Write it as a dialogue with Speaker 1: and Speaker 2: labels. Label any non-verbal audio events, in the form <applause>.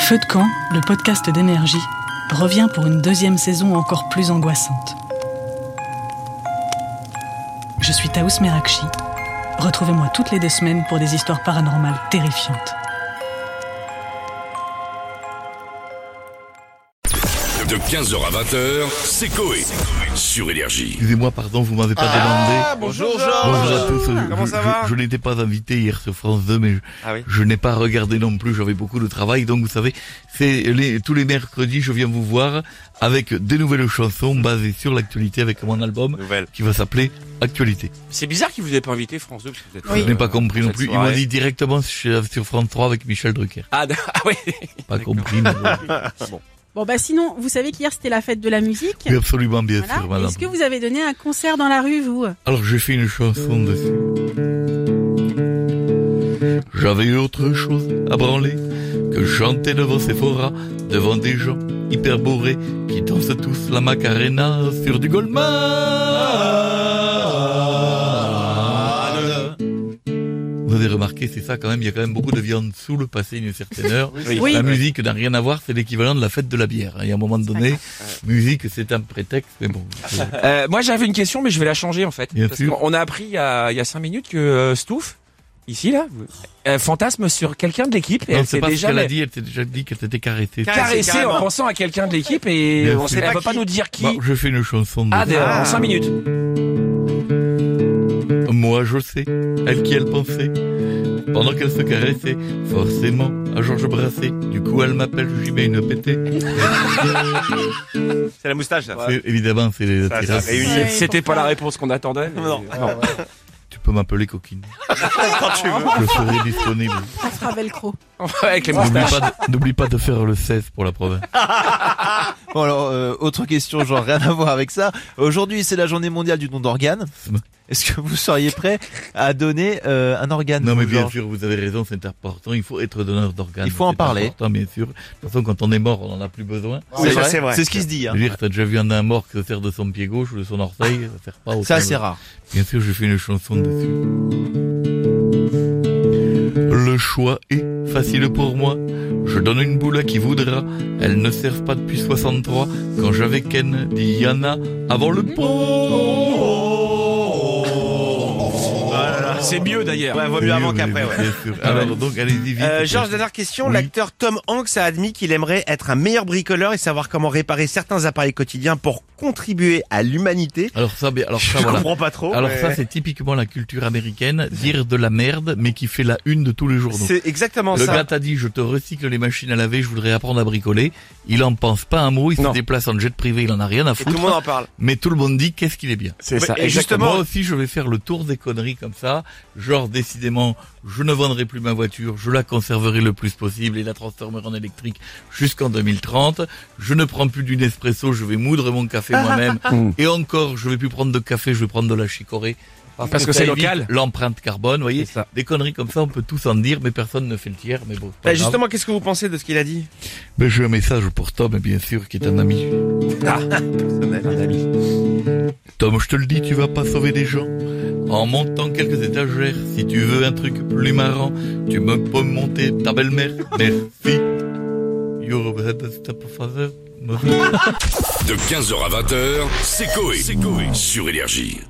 Speaker 1: Feu de camp, le podcast d'énergie, revient pour une deuxième saison encore plus angoissante. Je suis Taous Merakchi. Retrouvez-moi toutes les deux semaines pour des histoires paranormales terrifiantes.
Speaker 2: De 15h à 20h, c'est Coé. Sur Énergie.
Speaker 3: Excusez-moi, pardon, vous m'avez pas
Speaker 4: Ah,
Speaker 3: demandé.
Speaker 4: bonjour
Speaker 3: Bonjour à
Speaker 4: Georges
Speaker 3: tous. Je-
Speaker 4: Comment ça
Speaker 3: je-
Speaker 4: va
Speaker 3: Je, n'étais pas invité hier sur France 2, mais je,
Speaker 4: Ah oui.
Speaker 3: je n'ai pas regardé non plus. J'avais beaucoup de travail, donc vous savez, c'est les, tous les mercredis, je viens vous voir avec des nouvelles chansons basées sur l'actualité, avec mon album
Speaker 4: Nouvelle.
Speaker 3: qui va s'appeler Actualité.
Speaker 4: C'est bizarre qu'ils vous aient pas invité France 2 parce que vous êtes,
Speaker 3: Je n'ai pas compris non
Speaker 4: cette
Speaker 3: plus. Ils
Speaker 4: soirée.
Speaker 3: m'ont dit directement chez- sur France 3 avec Michel Drucker.
Speaker 4: Ah, d- ah oui.
Speaker 3: Pas
Speaker 4: D'accord.
Speaker 3: compris. mais bon.
Speaker 5: Bon bah sinon, vous savez qu'hier c'était la fête de la musique.
Speaker 3: Oui, absolument, bien
Speaker 5: Voilà.
Speaker 3: sûr, madame.
Speaker 5: Est-ce que vous avez donné un concert dans la rue, vous
Speaker 3: Alors j'ai fait une chanson dessus. J'avais autre chose à branler que chanter devant Sephora, devant des gens hyper bourrés qui dansent tous la Macarena sur du Goldman. Vous avez remarqué, c'est ça quand même, il y a quand même beaucoup de viande saoule passée une certaine heure.
Speaker 5: Oui.
Speaker 3: La musique n'a rien à voir, c'est l'équivalent de la fête de la bière. Il y a un moment donné, musique c'est un prétexte, mais
Speaker 5: <laughs>
Speaker 3: bon. c'est-
Speaker 4: <laughs> Euh, moi j'avais une question mais je vais la changer en fait.
Speaker 3: Bien
Speaker 4: Parce
Speaker 3: sûr.
Speaker 4: qu'on- On a appris il y a, il y a 5 minutes que euh, Stouff, ici là, vous- euh, fantasme sur quelqu'un de l'équipe et
Speaker 3: Non,
Speaker 4: elle
Speaker 3: c'est
Speaker 4: s'est
Speaker 3: pas ce
Speaker 4: déjà
Speaker 3: qu'elle a
Speaker 4: mais-
Speaker 3: dit, elle s'est déjà dit qu'elle s'était caressée.
Speaker 4: caressée
Speaker 6: Carrément.
Speaker 4: en pensant à quelqu'un de l'équipe et
Speaker 3: Bien sûr.
Speaker 4: on sait, elle
Speaker 6: Pas
Speaker 4: va pas
Speaker 6: qui.
Speaker 4: nous dire qui.
Speaker 3: Bah, je fais une chanson de
Speaker 4: ah, des-
Speaker 6: Ah.
Speaker 4: en 5 minutes.
Speaker 3: Moi je sais, elle qui elle pensait Pendant qu'elle se caressait Forcément à Georges Brassé Du coup elle m'appelle, j'y mets une pétée
Speaker 6: <laughs> C'est la moustache, ça.
Speaker 3: C'est- Évidemment c'est les
Speaker 6: Ça, ça
Speaker 3: tirages.
Speaker 6: réunit.
Speaker 5: Ouais,
Speaker 4: C'était pas
Speaker 5: pourquoi
Speaker 4: la réponse qu'on attendait. mais- <laughs>
Speaker 6: Non.
Speaker 4: Non.
Speaker 3: Tu peux m'appeler coquine
Speaker 6: <laughs> Quand tu veux.
Speaker 3: Je serai
Speaker 6: <laughs>
Speaker 3: disponible
Speaker 5: Ça sera Velcro.
Speaker 4: Avec les
Speaker 3: N'oublie
Speaker 4: moustaches.
Speaker 3: pas, de- n'oublie pas de faire le 16 pour la province
Speaker 6: Ah,
Speaker 7: Bon alors, euh, autre question, genre rien à voir avec ça. Aujourd'hui, c'est la journée mondiale du don d'organes. Est-ce que vous seriez prêt à donner euh, un organe
Speaker 3: Non mais
Speaker 7: vous,
Speaker 3: bien
Speaker 7: Georges
Speaker 3: sûr vous avez raison c'est important Il faut être donneur d'organes
Speaker 7: Il faut en
Speaker 3: C'est
Speaker 7: parler.
Speaker 3: important, bien sûr De toute façon quand on est mort on en a plus besoin
Speaker 6: Oui, ça, c'est vrai.
Speaker 7: C'est ce qui se dit.
Speaker 3: Je
Speaker 7: hein.
Speaker 3: veux dire t'as déjà vu un nain mort qui se sert de son pied gauche ou de son orteil Ça sert pas autant
Speaker 7: Ça,
Speaker 3: de-
Speaker 7: c'est rare.
Speaker 3: Bien sûr, je fais une chanson dessus. Le choix est facile pour moi. Je donne une boule à qui voudra. Elles ne servent pas depuis 63. Quand j'avais Ken, Diana, avant le pont.
Speaker 4: C'est mieux d'ailleurs.
Speaker 6: Ouais, vaut mieux avant
Speaker 3: Bien
Speaker 6: qu'après, ouais.
Speaker 3: sûr. Alors donc, allez-y vite.
Speaker 6: Euh, Georges, dernière question.
Speaker 3: Oui.
Speaker 6: L'acteur Tom Hanks a admis qu'il aimerait être un meilleur bricoleur et savoir comment réparer certains appareils quotidiens pour contribuer à l'humanité.
Speaker 3: Alors ça, mais alors ça,
Speaker 6: Je
Speaker 3: voilà.
Speaker 6: comprends pas trop.
Speaker 3: Alors
Speaker 6: mais-
Speaker 3: ça, c'est typiquement la culture américaine, dire de la merde, mais qui fait la une de tous les journaux.
Speaker 6: c'est exactement
Speaker 3: Le
Speaker 6: ça.
Speaker 3: gars t'a dit, je te recycle les machines à laver, je voudrais apprendre à bricoler. Il en pense pas un mot, il
Speaker 4: Non.
Speaker 3: se déplace en jet privé, il en a rien à
Speaker 6: Et tout le
Speaker 3: foutre.
Speaker 6: monde en parle.
Speaker 3: Mais tout le monde dit, qu'est-ce qu'il est bien.
Speaker 4: C'est ça.
Speaker 6: Et
Speaker 4: exactement.
Speaker 6: justement-
Speaker 3: Moi aussi, je vais faire le tour des conneries comme ça. Genre, décidément, je ne vendrai plus ma voiture, je la conserverai le plus possible et la transformerai en électrique jusqu'en 2030. Je ne prends plus du Nespresso, je vais moudre mon café
Speaker 6: <laughs>
Speaker 3: moi-même.
Speaker 4: Mm.
Speaker 3: et encore, je vais plus prendre de café, je vais prendre de la chicorée.
Speaker 4: Parce que
Speaker 3: ça
Speaker 4: c'est
Speaker 3: évite
Speaker 4: local.
Speaker 3: L'empreinte carbone, voyez.
Speaker 4: C'est ça.
Speaker 3: Des conneries comme ça, on peut tous en dire, mais personne ne fait le tiers, mais bon. c'est pas
Speaker 6: Bah,
Speaker 3: grave.
Speaker 6: justement, qu'est-ce que vous pensez de ce qu'il a dit
Speaker 3: Mais j'ai un message pour Tom, bien sûr, qui est un ami. Tom, je te le dis, tu vas pas sauver des gens. En montant quelques étagères, si tu veux un truc plus marrant, tu me peux monter ta belle-mère. Merci. You're a bad step father.
Speaker 2: De 15h à 20h, c'est Coé. Sur Énergie.